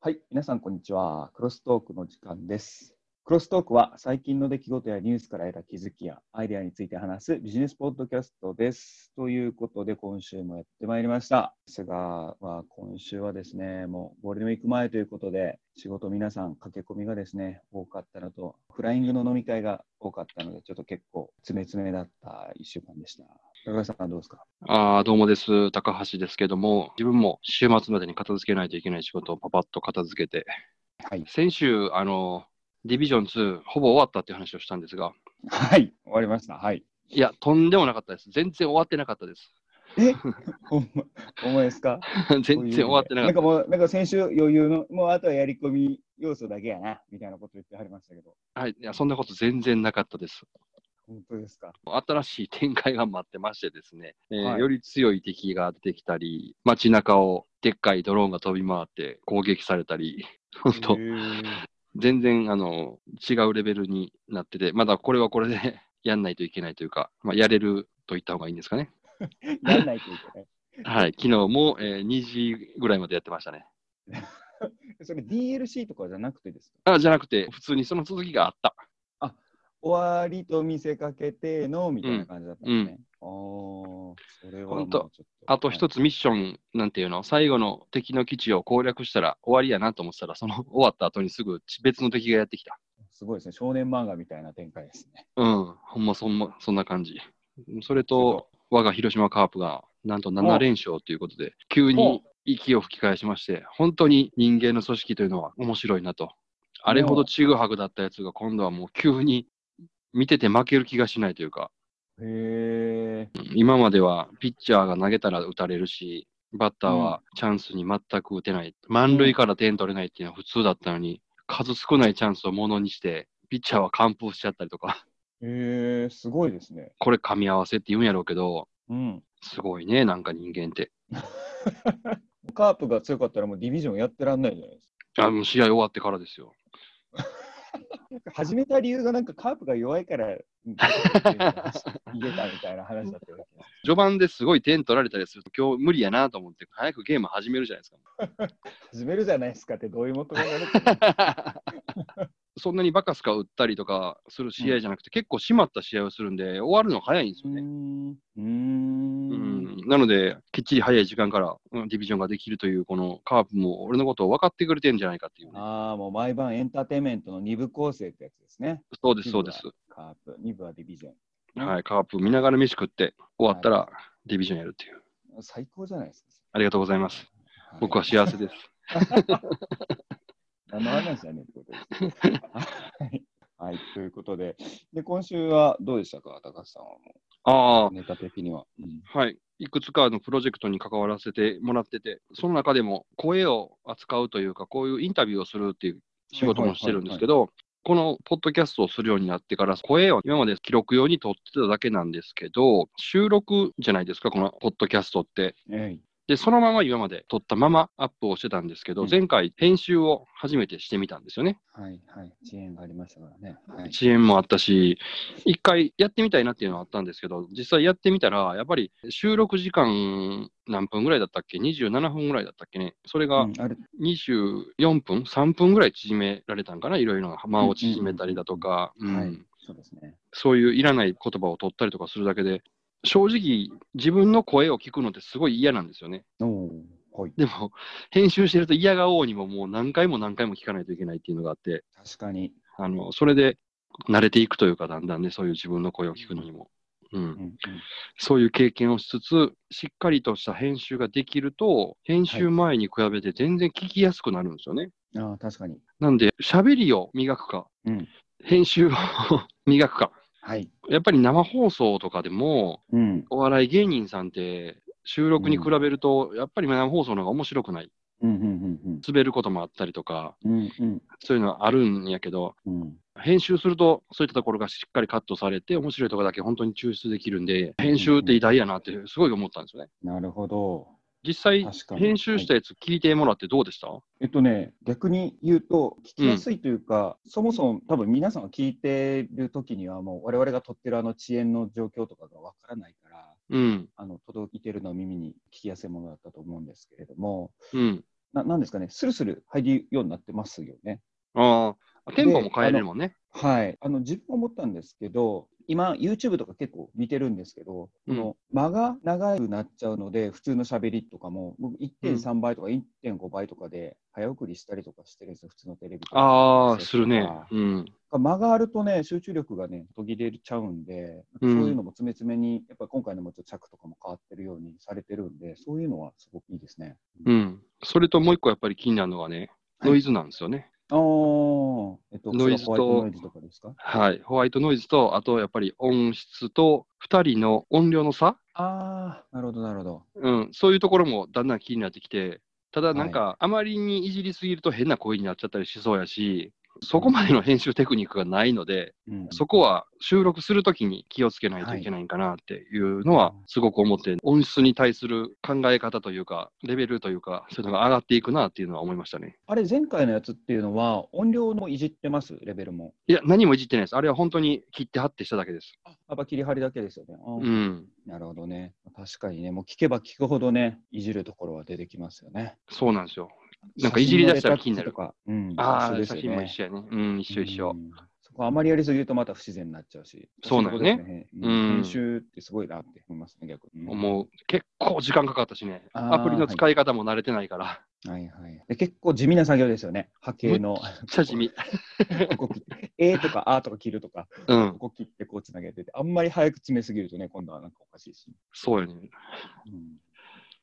はい、皆さんこんにちは。クロストークの時間です。クロストークは最近の出来事やニュースから得た気づきやアイデアについて話すビジネスポッドキャストです。ということで今週もやってまいりました。ですが、まあ、今週はですね、もうゴールデンウィーク前ということで仕事皆さん駆け込みがですね、多かったのと、フライングの飲み会が多かったので、ちょっと結構詰め詰めだった1週間でした。高橋さんどうですかああ、どうもです。高橋ですけども、自分も週末までに片付けないといけない仕事をパパッと片付けて、はい。先週、あの、ディビジョン2、ほぼ終わったっていう話をしたんですが、はい、終わりました。 はい。いや、とんでもなかったです。全然終わってなかっ たです。えほんま、ほんまですか全然終わってなかなっんかもう、なんか先週余裕の、もうあとはやり込み要素だけやな、みたいなこと言ってはりましたけど、た。はい、いや、そんなこと全然なかったです。本当ですか。新しい展開が待ってましてですね、えーはいより強い敵が出てきたり、街中をでっかいドローンが飛び回って攻撃されたり、本当、へー全然あの違うレベルになってて、まだこれはこれで やんないといけないというか、まあ、やれると言った方がいいんですかね。なんないというかね。はい、昨日も、えー2時ぐらいまでやってましたね。それ DLC とかじゃなくてですかあじゃなくて、普通にその続きがあった。終わりと見せかけてのみたいな感じだったんですね。ああ、それはもう本ちょ当っと。あと一つ。つミッション、なんていうの、最後の敵の基地を攻略したら終わりやなと思ってたら、その 終わった後にすぐ別の敵がやってきた。すごいですね。少年漫画みたいな展開ですね。うん、ほんまそんまそんな感じ。それと、我が広島カープがなんと7連勝ということで、急に息を吹き返しまして、本当に人間の組織というのは面白いなと。あれほどちぐはぐだったやつが今度はもう急に見てて負ける気がしないというか、へえ。今まではピッチャーが投げたら打たれるし、バッターはチャンスに全く打てない、満塁から点取れないっていうのは普通だったのに、数少ないチャンスをものにして、ピッチャーは完封しちゃったりとか、へえ、すごいですね。これ噛み合わせって言うんやろうけど、うん。すごいね、なんか人間って。カープが強かったらもうディビジョンやってらんないじゃないですあもう試合終わってからですよ。か。始めた理由がなんかカープが弱いから、うん逃げたみたいな話だったわけです。序盤ですごい点取られたりすると、今日無理やなと思って、早くゲーム始めるじゃないです始めるじゃないですかってどういう元がなるかか。 そんなにバカスカ打ったりとかする試合じゃなくて、結構締まった試合をするんで、終わるの早いんですうーよね。んうーうんんなので、きっちり早い時間から、うんディビジョンができるという、このカープも俺のことを分かってくれてんじゃないかっていう、ね。ああ、もう毎晩エンターテインメントの2部構成ってやつですね。そうです、そうです。カープ、2部はディビジョン。ははい、カープ見ながら飯食って、終わったらディビジョンやるっていう。最高じゃないですか。ありがとうございます。い僕は幸せです。 何の話だねってことですね。はいはい、ということで、で今週はどうでしたか、高橋さんはもああう、、ネタ的には。うんはい、いくつかのプロジェクトに関わらせてもらってて、その中でも声を扱うというか、こういうインタビューをするっていう仕事もしてるんですけど、このポッドキャストをするようになってから、声を今まで記録用に撮ってただけなんですけど、収録じゃないですか、このポッドキャストって。えいで、そのまま今まで撮ったままアップをしてたんですけど、うん前回、編集を初めてしてみたんですよね。はいはい、遅延がありましたからね。はい、遅延もあったし、一回やってみたいなっていうのはあったんですけど、実際やってみたら、やっぱり収録時間何分ぐらいだったっけ、27分ぐらいだったっけね、それうがんある24分、3分ぐらい縮められたんかな、いろいろな間を縮めたりだとか、うんはい、そうですね。そういういらない言葉を取ったりとかするだけで、正直、自分の声を聞くのってすごい嫌なんですよね。おお、はい。でも、編集してると嫌がおうにも、もう何回も何回も聞かないといけないっていうのがあって、確かに。あのそれで慣れていくというか、だんだんね、そういう自分の声を聞くのにも、うんうんうん、そういう経験をしつつ、しっかりとした編集ができると、編集前に比べて全然聞きやすくなるんですよね。ああ、確かに。なんで、喋りを磨くか、うん編集を磨くか、はい。やっぱり生放送とかでも、うん。お笑い芸人さんって、収録に比べると、やっぱり生放送の方が面白くない、うんうん滑ることもあったりとか、うんうん。うんうんそういうのはあるんやけど、うん。編集すると、そういったところがしっかりカットされて、面白いところだけ本当に抽出できるんで、編集って偉大やなって、すごい思ったんですよね。なるほど。実際、確かに。編集したはいやつ聞いてもらってどうでした、えっとね、逆に言うと、聞きやすいというか、そもそも多分皆さんが聞いてる時には、もう我々が撮ってるあの遅延の状況とかがわからないから、うん、あの届いてるのを耳に聞きやすいものだったと思うんですけれども、うん、ななんですかね、スルスル入るようになってますよね。ああ、テンポも変えれるもんね。はい、あの自分思ったんですけど、今、YouTube とか結構見てるんですけど、うんこの間が長くなっちゃうので、普通の喋りとかも、僕、1.3倍とか1.5倍とかで早送りしたりとかしてるんですよ、普通のテレビとかああ、するね。うん。間があるとね、集中力がね、途切れちゃうんで、うんそういうのも詰め詰めに、やっぱり今回のもちょっと着とかも変わってるようにされてるんで、そういうのはすごくいいですね。うん。それともう一個やっぱり気になるのがね、はいノイズなんですよね。あーえっと、ノイズとホワイトノイズとかですかはい。ホワイトノイズと、あとやっぱり音質と、2人の音量の差、ああ、なるほど、なるほど。うん、そういうところもだんだん気になってきて、ただなんか、あまりにいじりすぎると変な声になっちゃったりしそうやし、そこまでの編集テクニックがないので、うん、そこは収録するときに気をつけないといけないんかなっていうのは、すごく思って、音質に対する考え方というか、レベルというか、そういうのが上がっていくなっていうのは思いましたね。あれ、前回のやつっていうのは、音量もいじってます、レベルも。いや、何もいじってないです。あれは本当に切って貼ってしただけです。やっぱ切り張りだけですよね。あーうん、なるほどね。確かにね、もう聞けば聞くほどね、いじるところは出てきますよね。そうなんですよ。なんかいじり出したら気になる写真のレタッチとか。うん、あ一緒あ、ですよ写ね真も一緒やね。うん、一緒一緒。うんそこあまりやりすぎるとまた不自然になっちゃうし、そうなんよそねういうことですね。うん編集ってすごいなって思いますね、逆に。思う。結構時間かかったしね。あーアプリの使い方も慣れてないから。はいはいで。結構地味な作業ですよね、波形 の。写真見。ここ切って、A とか A とか切るとか、うんこ、こ切ってこうつなげてて、あんまり早く詰めすぎるとね、今度はなんかおかしいし。そうよね。うん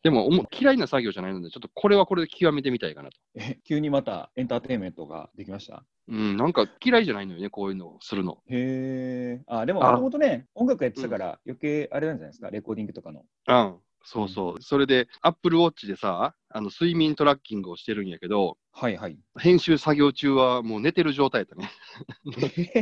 でも、おも嫌いな作業じゃないので、ちょっとこれはこれで極めてみたいかなと。え急にまたエンターテインメントができました。うん、なんか嫌いじゃないのよね、こういうのをするの。へえ。あ、でもあもともとね、音楽やってたから余計あれなんじゃないですか、レコーディングとかの。うん。そうそう。それで、Apple Watch でさ、あの睡眠トラッキングをしてるんやけど、はいはい。 編集作業中はもう寝てる状態だね。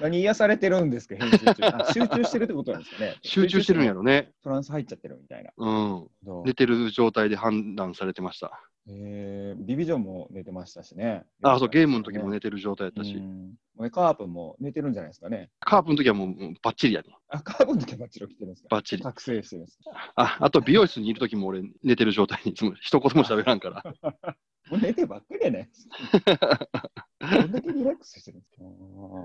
何癒されてるんですか、編集中。あ集中してるってことなんですかね。 集中してるんやろ。ろね。トランス入っちゃってるみたいな。うん。どう寝てる状態で判断されてました。えー、ビビジョンも寝てましたしね。あ、そう、ゲームの時もね寝てる状態やったし、うんもうねカープも寝てるんじゃないですかね。カープの時はもうもうバッチリやね。あ、カープの時はバッチリ起きてるんですか。バッチリ。覚醒してるんですか。ああと美容室にいる時も俺寝てる状態にいつも一言も喋らんからもう寝てばっかりや ね。どんだけリラックスしてるんですか。ああ、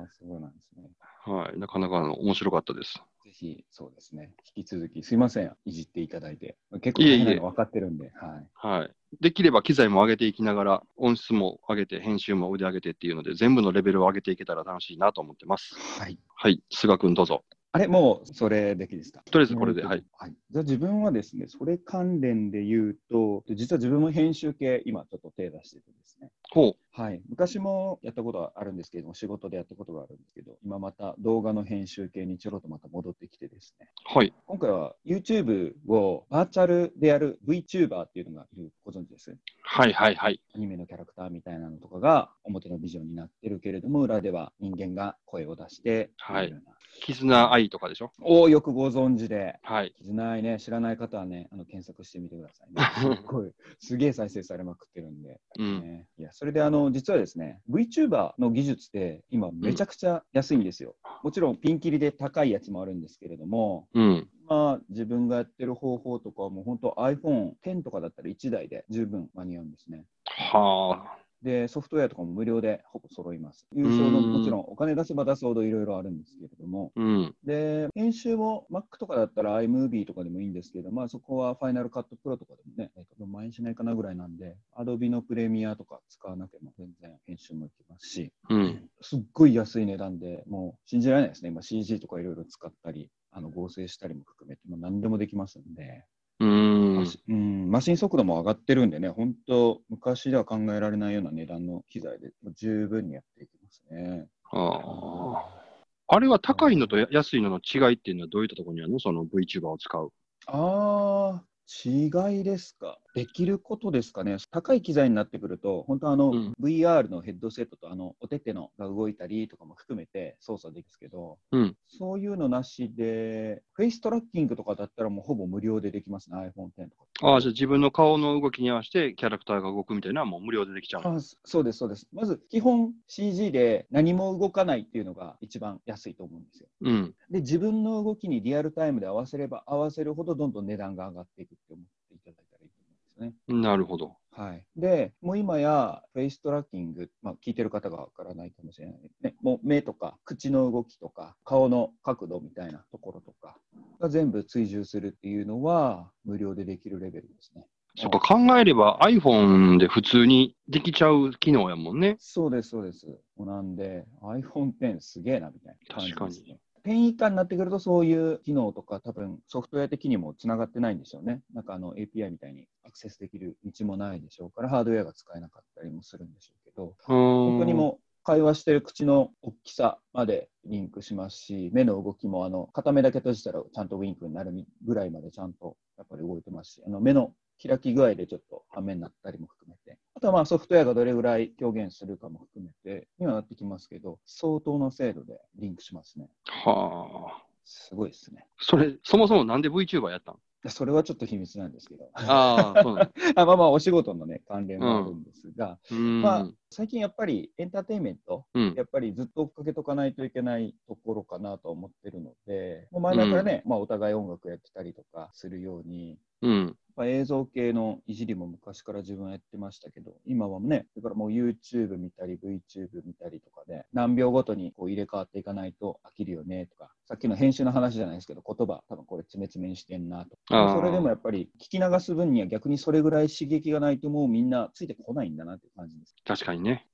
そうなんですね。はいなかなかあの面白かったですぜひ、そうですね。引き続き、すいません。いじっていただいて。結構いえい大え変なの分かってるんで。はい。はいできれば機材も上げていきながら音質も上げて編集も腕上げてっていうので全部のレベルを上げていけたら楽しいなと思ってますはい。はい菅君どうぞあれ、もう、それできですかとりあえずこれではい。じゃあ自分はですね、それ関連で言うと、実は自分も編集系、今ちょっと手出しててですね。ほはい、昔もやったことはあるんですけれども、仕事でやったことがあるんですけど、今また動画の編集系にちょろっとまた戻ってきてですね、うはい今回は YouTube をバーチャルでやる VTuber っていうのがいる、ご存知ですはいはいはいアニメのキャラクターみたいなのとかが表のビジョンになってるけれども、裏では人間が声を出して、はいろろな絆愛とかでしょおお、よくご存知で。はい絆愛ね、知らない方はね、あの検索してみてください ね。すっごい、すげえ再生されまくってるんで。うんねいやそれであの実はですね VTuber の技術って今めちゃくちゃ安いんですよ、もちろんピンキリで高いやつもあるんですけれどもうんまあ自分がやってる方法とかはもう本当 iPhone10 とかだったら1台で十分間に合うんですねはあでソフトウェアとかも無料でほぼ揃います優勝のうんもちろんお金出せば出すほどいろいろあるんですけれどもうんで編集も Mac とかだったら iMovie とかでもいいんですけど、まあ、そこは Final Cut Pro とかでもね、えっと、前にしないかなぐらいなんで、Adobe のプレミアとか使わなくても全然編集もいきますし、うんすっごい安い値段で、もう信じられないですね、今 CG とかいろいろ使ったり、あの合成したりも含めて、もう何でもできますんで、うーマんシうんマシン速度も上がってるんでね、本当、昔では考えられないような値段の機材でもう十分にやっていきますね。あああれは高いのとや安いのの違いっていうのはどういったところにあるのその VTuber を使うああ、違いですか。できることですかね。高い機材になってくると、本当あの、うん VR のヘッドセットとあのお手手のが動いたりとかも含めて操作できますけど、うんそういうのなしで、フェイストラッキングとかだったらもうほぼ無料でできますね、iPhone X とか。ああ、じゃあ自分の顔の動きに合わせてキャラクターが動くみたいなのはもう無料でできちゃうの。あそそうです、そうです。まず基本 CG で何も動かないっていうのが一番安いと思うんですよ。うん。で、自分の動きにリアルタイムで合わせれば合わせるほどどんどん値段が上がっていくって思っていただいたらいいと思うんですよね。なるほど。はい、でもう今やフェイストラッキング、まあ、聞いてる方がわからないかもしれない、ね、もう目とか口の動きとか顔の角度みたいなところとかが全部追従するっていうのは無料でできるレベルですね。そっか、考えれば iPhone で普通にできちゃう機能やもんね。そうです、そうです。もうなんで iPhone10 すげえなみたいな感じ確かでにすね。10以下になってくると、そういう機能とか、多分ソフトウェア的にもつながってないんでしょうね。なんかあの API みたいにアクセスできる道もないでしょうから、ハードウェアが使えなかったりもするんでしょうけど、本本当にもう会話してる口の大きさまでリンクしますし、目の動きもあの片目だけ閉じたらちゃんとウィンクになるぐらいまでちゃんとやっぱり動いてますし、あの目の開き具合でちょっと反面になったりも含めて、あとはまあソフトウェアがどれぐらい表現するかも含めてにはなってきますけど、相当の精度でリンクしますね。はあ。すごいですね。それ、そもそもなんで VTuber やっ たんそれはちょっと秘密なんですけど、 ああ、そうなんだあまあまあお仕事のね関連もあるんですが、うーん。まあ最近やっぱりエンターテインメントうん。やっぱりずっと追っかけとかないといけないところかなと思ってるので、もう前々からね、まあ、お互い音楽やってたりとかするように、うん。まあ、映像系のいじりも昔から自分はやってましたけど、今はね、だからもう YouTube 見たり、VTube 見たりとかで、何秒ごとにこう入れ替わっていかないと飽きるよねとか、さっきの編集の話じゃないですけど、言葉、多分これ、つめつめにしてんなとあか、ーそれでもやっぱり聞き流す分には逆にそれぐらい刺激がないと、もうみんなついてこないんだなっていう感じです。確かにね。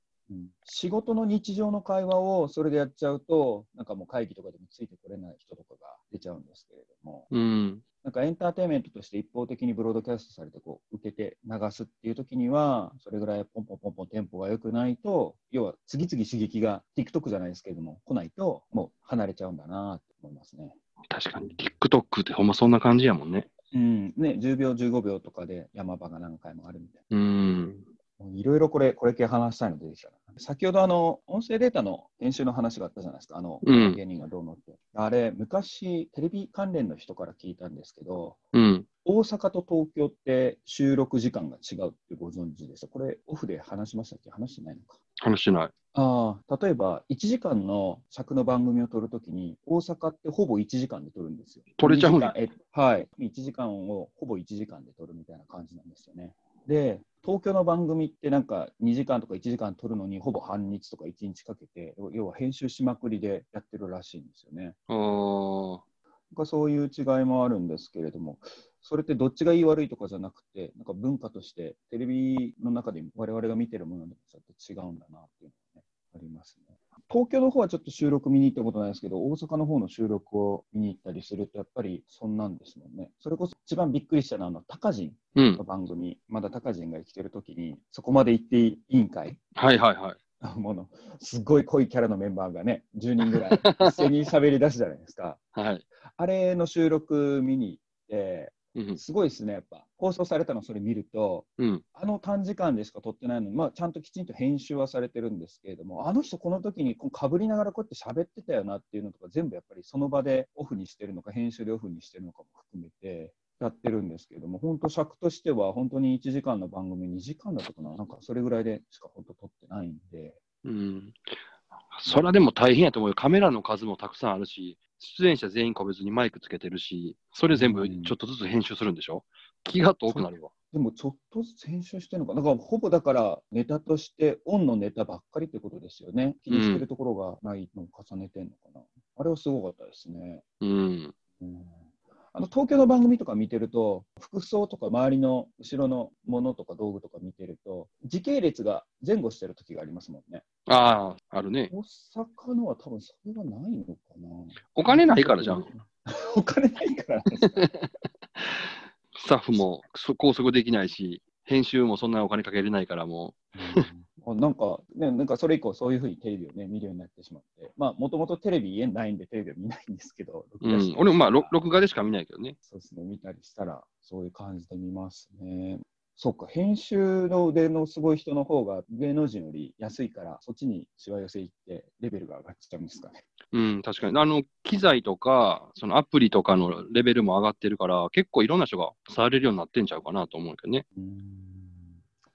仕事の日常の会話をそれでやっちゃうと、なんかもう会議とかでもついてこれない人とかが出ちゃうんですけれども、うん。なんかエンターテインメントとして一方的にブロードキャストされてこう受けて流すっていう時には、それぐらいポンポンポンポンテンポが良くないと、要は次々刺激が TikTok じゃないですけれども、来ないともう離れちゃうんだなって思いますね。確かに。TikTok ってほんまそんな感じやもんね。うん、ね、10秒、15秒とかで山場が何回もあるみたいな。うん。もういろいろこれ、これ系話したいの出てきたな。先ほどあの、音声データの編集の話があったじゃないですか。あの、うん芸人がどうのって。あれ、昔、テレビ関連の人から聞いたんですけど、うん。大阪と東京って収録時間が違うってご存知ですかこれ、オフで話しましたっけ話してないのか。話してない。ああ、例えば、1時間の尺の番組を撮るときに、大阪ってほぼ1時間で撮るんですよ。撮れちゃうん2時や間えはい。1時間をほぼ1時間で撮るみたいな感じなんですよね。で、東京の番組ってなんか2時間とか1時間撮るのに、ほぼ半日とか1日かけて、要要は編集しまくりでやってるらしいんですよね。ああ。なんかそういう違いもあるんですけれども、それってどっちがいい悪いとかじゃなくて、なんか文化としてテレビの中で我々が見てるものとちょっと違うんだなっていうのが、ね、ありますね。東京の方はちょっと収録見に行ったことないですけど、大阪の方の収録を見に行ったりすると、やっぱりそんなんですもんね。それこそ一番びっくりしたのは、あの、タカジンうんの。番組、まだタカジンが生きてる時に、そこまで行っていいんかい はいはいはい。もの、すごい濃いキャラのメンバーがね、10人ぐらい一斉に喋り出すじゃないですか。はい。あれの収録見に行って、うん。すごいですね、やっぱ。放送されたのそれ見ると、うん。あの短時間でしか撮ってないのに、まあ、ちゃんときちんと編集はされてるんですけれども、あの人、この時にこうかぶりながらこうやって喋ってたよなっていうのとか、全部やっぱりその場でオフにしてるのか、編集でオフにしてるのかも含めてやってるんですけれども、本当、尺としては、本当に1時間の番組、2時間だったかな、なんかそれぐらいでしか本当撮ってないんで、うん。それはでも大変やと思うよ。カメラの数もたくさんあるし、出演者全員個別にマイクつけてるし、それ全部ちょっとずつ編集するんでしょ、気が遠くなるわ。でもちょっとずつ編集してるのかな、だからほぼだからネタとして、オンのネタばっかりってことですよね、気にしてるところがないのを重ねてるのかな、あれはすごかったですね。うん。うんあの東京の番組とか見てると、服装とか周りの後ろのものとか道具とか見てると、時系列が前後してる時がありますもんね。ああ、あるね。大阪のは多分それがないのかな。お金ないからじゃん。。 お金ないからなんですか。スタッフもそ拘束できないし、編集もそんなお金かけれないからもあなんか、ね、なんかそれ以降、そういうふうにテレビを、ね、見るようになってしまって、まあ、もともとテレビ家にないんで、テレビを見ないんですけど、う。録う画してん。俺もまあ、ろ録画でしか見ないけどね。そうですね、見たりしたら、そういう感じで見ますね。そうか、編集の腕のすごい人の方が、芸能人より安いから、そっちにしわ寄せ行って、レベルが上がっちゃうんですかね。うん、確かに。あの、機材とか、そのアプリとかのレベルも上がってるから、結構いろんな人が触れるようになってんちゃうかなと思うけどね。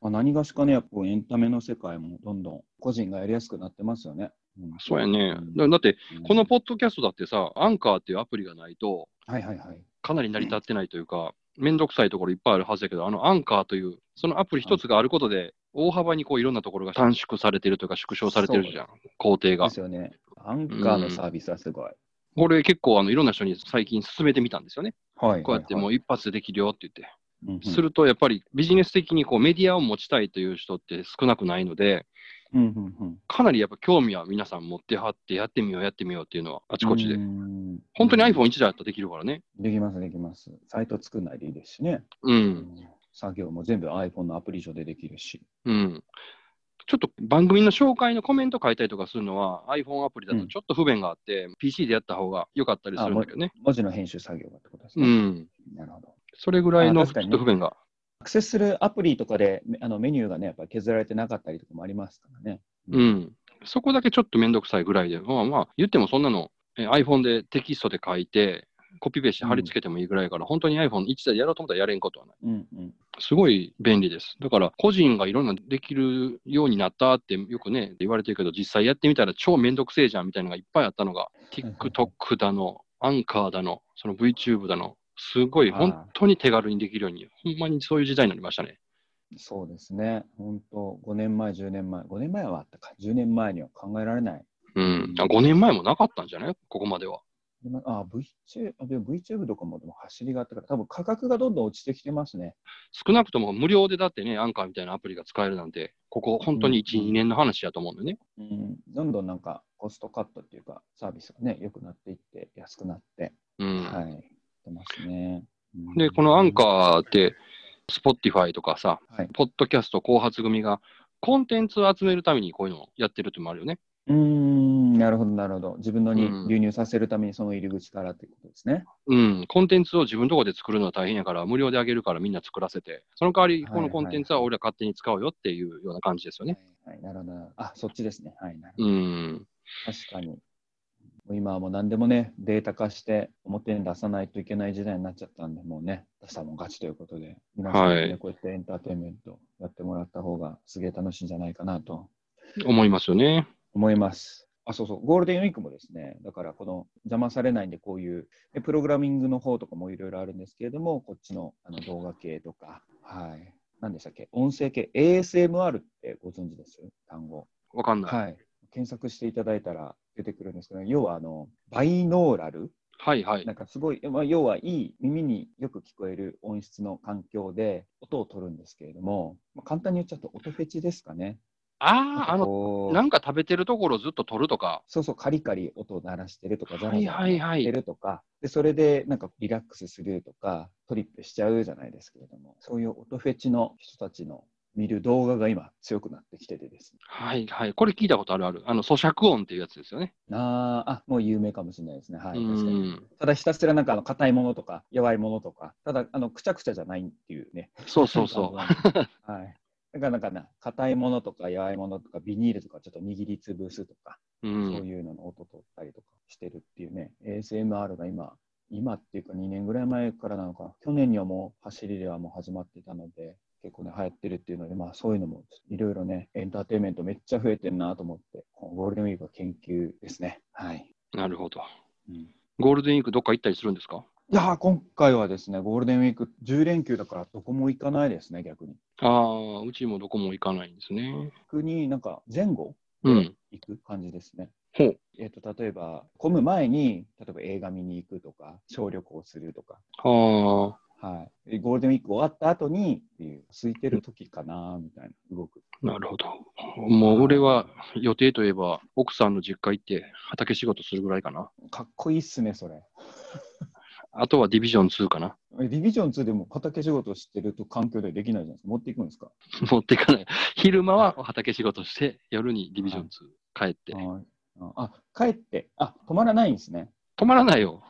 まあ、何がしかね、やっぱこうエンタメの世界もどんどん個人がやりやすくなってますよね。うんそうやね。んだだって、うんこのポッドキャストだってさ、アンカーっていうアプリがないと、はいはいはい。かなり成り立ってないというか、めんどくさいところいっぱいあるはずだけど、あのアンカーという、そのアプリ一つがあることで、大幅にこういろんなところが短縮されてるというか、縮小されてるじゃん、工程がで。すよね。アンカーのサービスはすごい。これ結構あのいろんな人に最近進めてみたんですよね。はい。こうやってもう一発でできるよって言って。うんうん、すると、やっぱりビジネス的にこうメディアを持ちたいという人って少なくないので、うんうんうん。かなりやっぱ興味は皆さん持ってはって、やってみよう、やってみようっていうのはああちこちで。本当に iPhone1 台あったらできるからね。できます、できます。サイト作んないでいいですしね。うん。作業も全部 iPhone のアプリ上でできるし。うん。ちょっと番組の紹介のコメント書いたりとかするのは iPhone アプリだうとんちょっと不便があって、PC でやった方が良かったりするんだけどね。文字の編集作業がってことですうね。ん。なるほど。それぐらいのあ確ちかょにっねと不便が。アクセスするアプリとかでめあのメニューがね、やっぱり削られてなかったりとかもありますからね。う。ん。そこだけちょっとめんどくさいぐらいで、まあまあ、言ってもそんなのえ iPhone でテキストで書いて、コピペして貼り付けてもいいぐらいから、本当に iPhone1 台でやろうと思ったらやれんことはない。うんうん。すごい便利です。だから、個人がいろんなできるようになったってよくね、言われてるけど、実際やってみたら超めんどくせえじゃんみたいなのがいっぱいあったのが、TikTok だの、アンカーだの、その VTube だの、すごいあー本当に手軽にできるように、ほんまにそういう時代になりましたね。そうですね。本当、5年前、10年前、5年前はあったか、10年前には考えられない。うん。あ5年前もなかったんじゃないここまでは。今あ VTube, あでも VTube とかもでも走りがあったから、多分価格がどんどん落ちてきてますね。少なくとも無料でだってね、アンカーみたいなアプリが使えるなんて、ここ本当に1、うん2年の話やと思うんだよね。うん、どんどんなんかコストカットっていうか、サービスがね、良くなっていって、安くなって、うん。はい、やってますね。うんで、このアンカーって、Spotify とかさ、はいポッドキャスト後発組が、コンテンツを集めるためにこういうのをやってるってのもあるよね。うーん、なるほど、なるほど。自分のにうん流入させるためにその入り口からってことですね。うん、コンテンツを自分のところで作るのは大変やから、無料であげるからみんな作らせて、その代わり、はいこのコンテンツは俺ら勝手に使おうよっていうような感じですよね。はい、なるほどなるほど。あ、そっちですね。はい、なるほうど。ん、確かに。もう今はもう何でもね、データ化して表に出さないといけない時代になっちゃったんで、もうね、出したもん勝ちということで、皆さんにね、はいこうやってエンターテインメントやってもらった方がすげえ楽しいんじゃないかなと思いますよね。思います。あ、そうそう、ゴールデンウィークもですね、だからこの邪魔されないんで、こういうえプログラミングの方とかもいろいろあるんですけれども、こっちのあの動画系とか、はい、何でしたっけ、音声系、ASMR ってご存知です単語。わかんない。はい。検索していただいたら出てくるんですけど、要はあのバイノーラル、はいはい。なんかすごい、まあ、要はいい耳によく聞こえる音質の環境で音を取るんですけれども、まあ、簡単に言っちゃうと音フェチですかね。ああ、なんかあの、こうなんか食べてるところずっと撮るとか。そうそう、カリカリ音を鳴らしてるとか、ザはラいザはラい鳴はってい。るとか、でそれでなんかリラックスするとか、トリップしちゃうじゃないですけれども、そういう音フェチの人たちの見る動画が今強くなってきててですね。はいはい。これ聞いたことあるある。あの、咀嚼音っていうやつですよね。あーあ、もう有名かもしれないですね。はい、う確かに。ん。ただひたすらなんかあの硬いものとか、弱いものとか、ただあのくちゃくちゃじゃないっていうね。そうそ うそう。う。はい。だからなんかな、硬いものとか弱いものとか、ビニールとかちょっと握りつぶすとか、う、そうんいうのの音取ったりとかしてるっていうね、ASMR が今、今っていうか2年ぐらい前からなのか、去年にはもう走りではもう始まっていたので、結構ね、流行ってるっていうので、まあそういうのもいろいろね、エンターテインメントめっちゃ増えてるなと思って、このゴールデンウィークは研究ですね。はい。なるほど。うんゴールデンウィークどっか行ったりするんですかいやー今回はですね、ゴールデンウィーク10連休だからどこも行かないですね、逆に。ああ、うちもどこも行かないんですね。逆になんか前後うん。行く感じですね。ほう。えっ、と、例えば、混む前に、例えば映画見に行くとか、小旅行するとか、ああ、はい。でゴールデンウィーク終わった後にっていう、空いてる時かなーみたいな、動く。なるほど。もう俺は予定といえば、奥さんの実家行って畑仕事するぐらいかな。かっこいいっすね、それ。あとはディビジョン2かな。 えディビジョン2でも畑仕事してると環境でできないじゃないですか。持っていくんですか持っていかない。昼間は畑仕事して、夜にディビジョン2帰って。はいあ、帰って、あ、止まらないんですね。止まらないよ。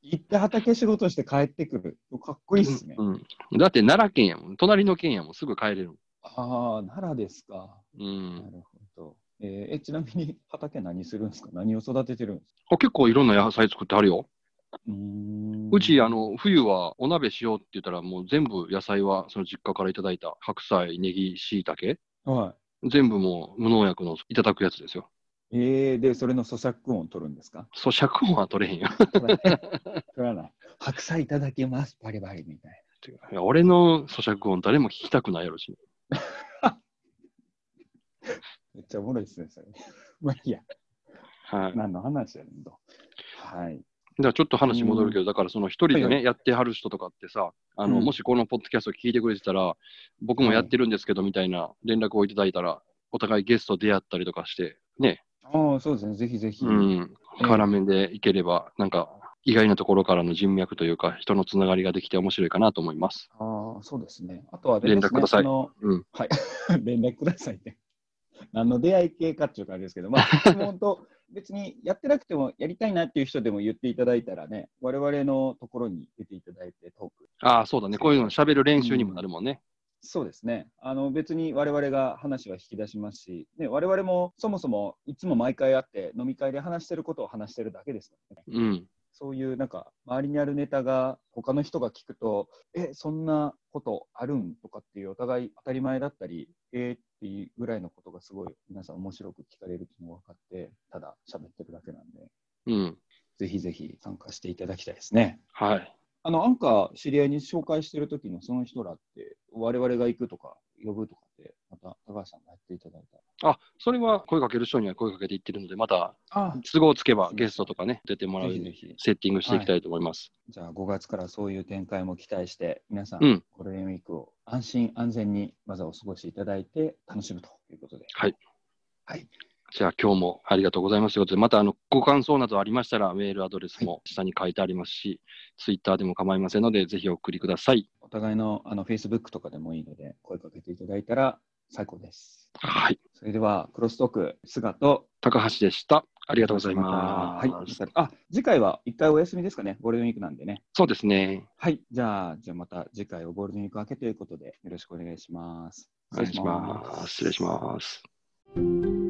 行って畑仕事して帰ってくる。かっこいいっすね。うん。だって奈良県やもん。隣の県やもん。すぐ帰れる。ああ、奈良ですか。う。なんるほど。えーえちなみに畑何するんですか何を育ててるんですかあ結構いろんな野菜作ってあるよ。うーんうち、あの、冬はお鍋しようって言ったら、もう全部野菜は、その実家からいただいた白菜、ネギ、椎茸、は全部もう無農薬のいただくやつですよ。い。えー、で、それの咀嚼音を取るんですか 咀嚼音は取れへんよ。 取らない。取らない白菜いただきます、バリバリみたいっていや俺の咀嚼音誰も聞きたくないやろし。めっちゃおもろいですね、それ。 まあいいや、はい。何の話やねんと。はい。だからちょっと話戻るけど、だからその一人でね、はいはやってはる人とかってさ、あの、うんもしこのポッドキャスト聞いてくれてたら、僕もやってるんですけどみたいな連絡をいただいたら、お互いゲスト出会ったりとかして、ね、ああ、そうですね、ぜひぜひ。うん、ええ絡めでいければ、なんか、意外なところからの人脈というか、人のつながりができて面白いかなと思います。ああ、そうですね。あとはあれですね、連絡くださいそのうん。はい。 連絡くださいって。何の出会い系かっていう感じですけど、まあ、質問と別にやってなくてもやりたいなっていう人でも言っていただいたらね、我々のところに出ていただいてトーク。ああ、そうだね。こういうの喋る練習にもなるもんね。そうですね。あの別に我々が話は引き出しますし、ね、我々もそもそもいつも毎回会って飲み会で話してることを話してるだけですからね。うん。そういうなんか周りにあるネタが他の人が聞くと、え、そんなことあるんとかっていうお互い当たり前だったり、えーっていうぐらいのことがすごい皆さん面白く聞かれるっていうのが分かって、ただ喋ってるだけなんで、うん。ぜひぜひ参加していただきたいですね。はい。あの、アンカー知り合いに紹介してる時のその人らって、我々が行くとか呼ぶとかって、また高橋さんがやっていただいたあ、それは声かける人には声かけていってるので、またら。あ都合つけばゲストとかね、出てもらうようぜひぜにひ。セッティングしていきたいと思います。じゃあ5月からそういう展開も期待して、皆さん、うんゴールデンウィークを安心安全にまずはお過ごしいただいて楽しむということで。はい。はい。じゃあ今日もありがとうございますということで、またあのご感想などありましたら、メールアドレスも下に書いてありますし、ツイッターでも構いませんので、ぜひお送りください。お互いのあの Facebook とかでもいいので、声かけていただいたら最高です。はい。それでは、クロストーク、菅と、高橋でした。ありがとうございまます。たはい。あ、次回は一回お休みですかね。ゴールデンウィークなんでね。そうですね。はい。じゃあ、じゃあまた次回をゴールデンウィーク明けということで、よろしくお願いします。お願いします。失礼します。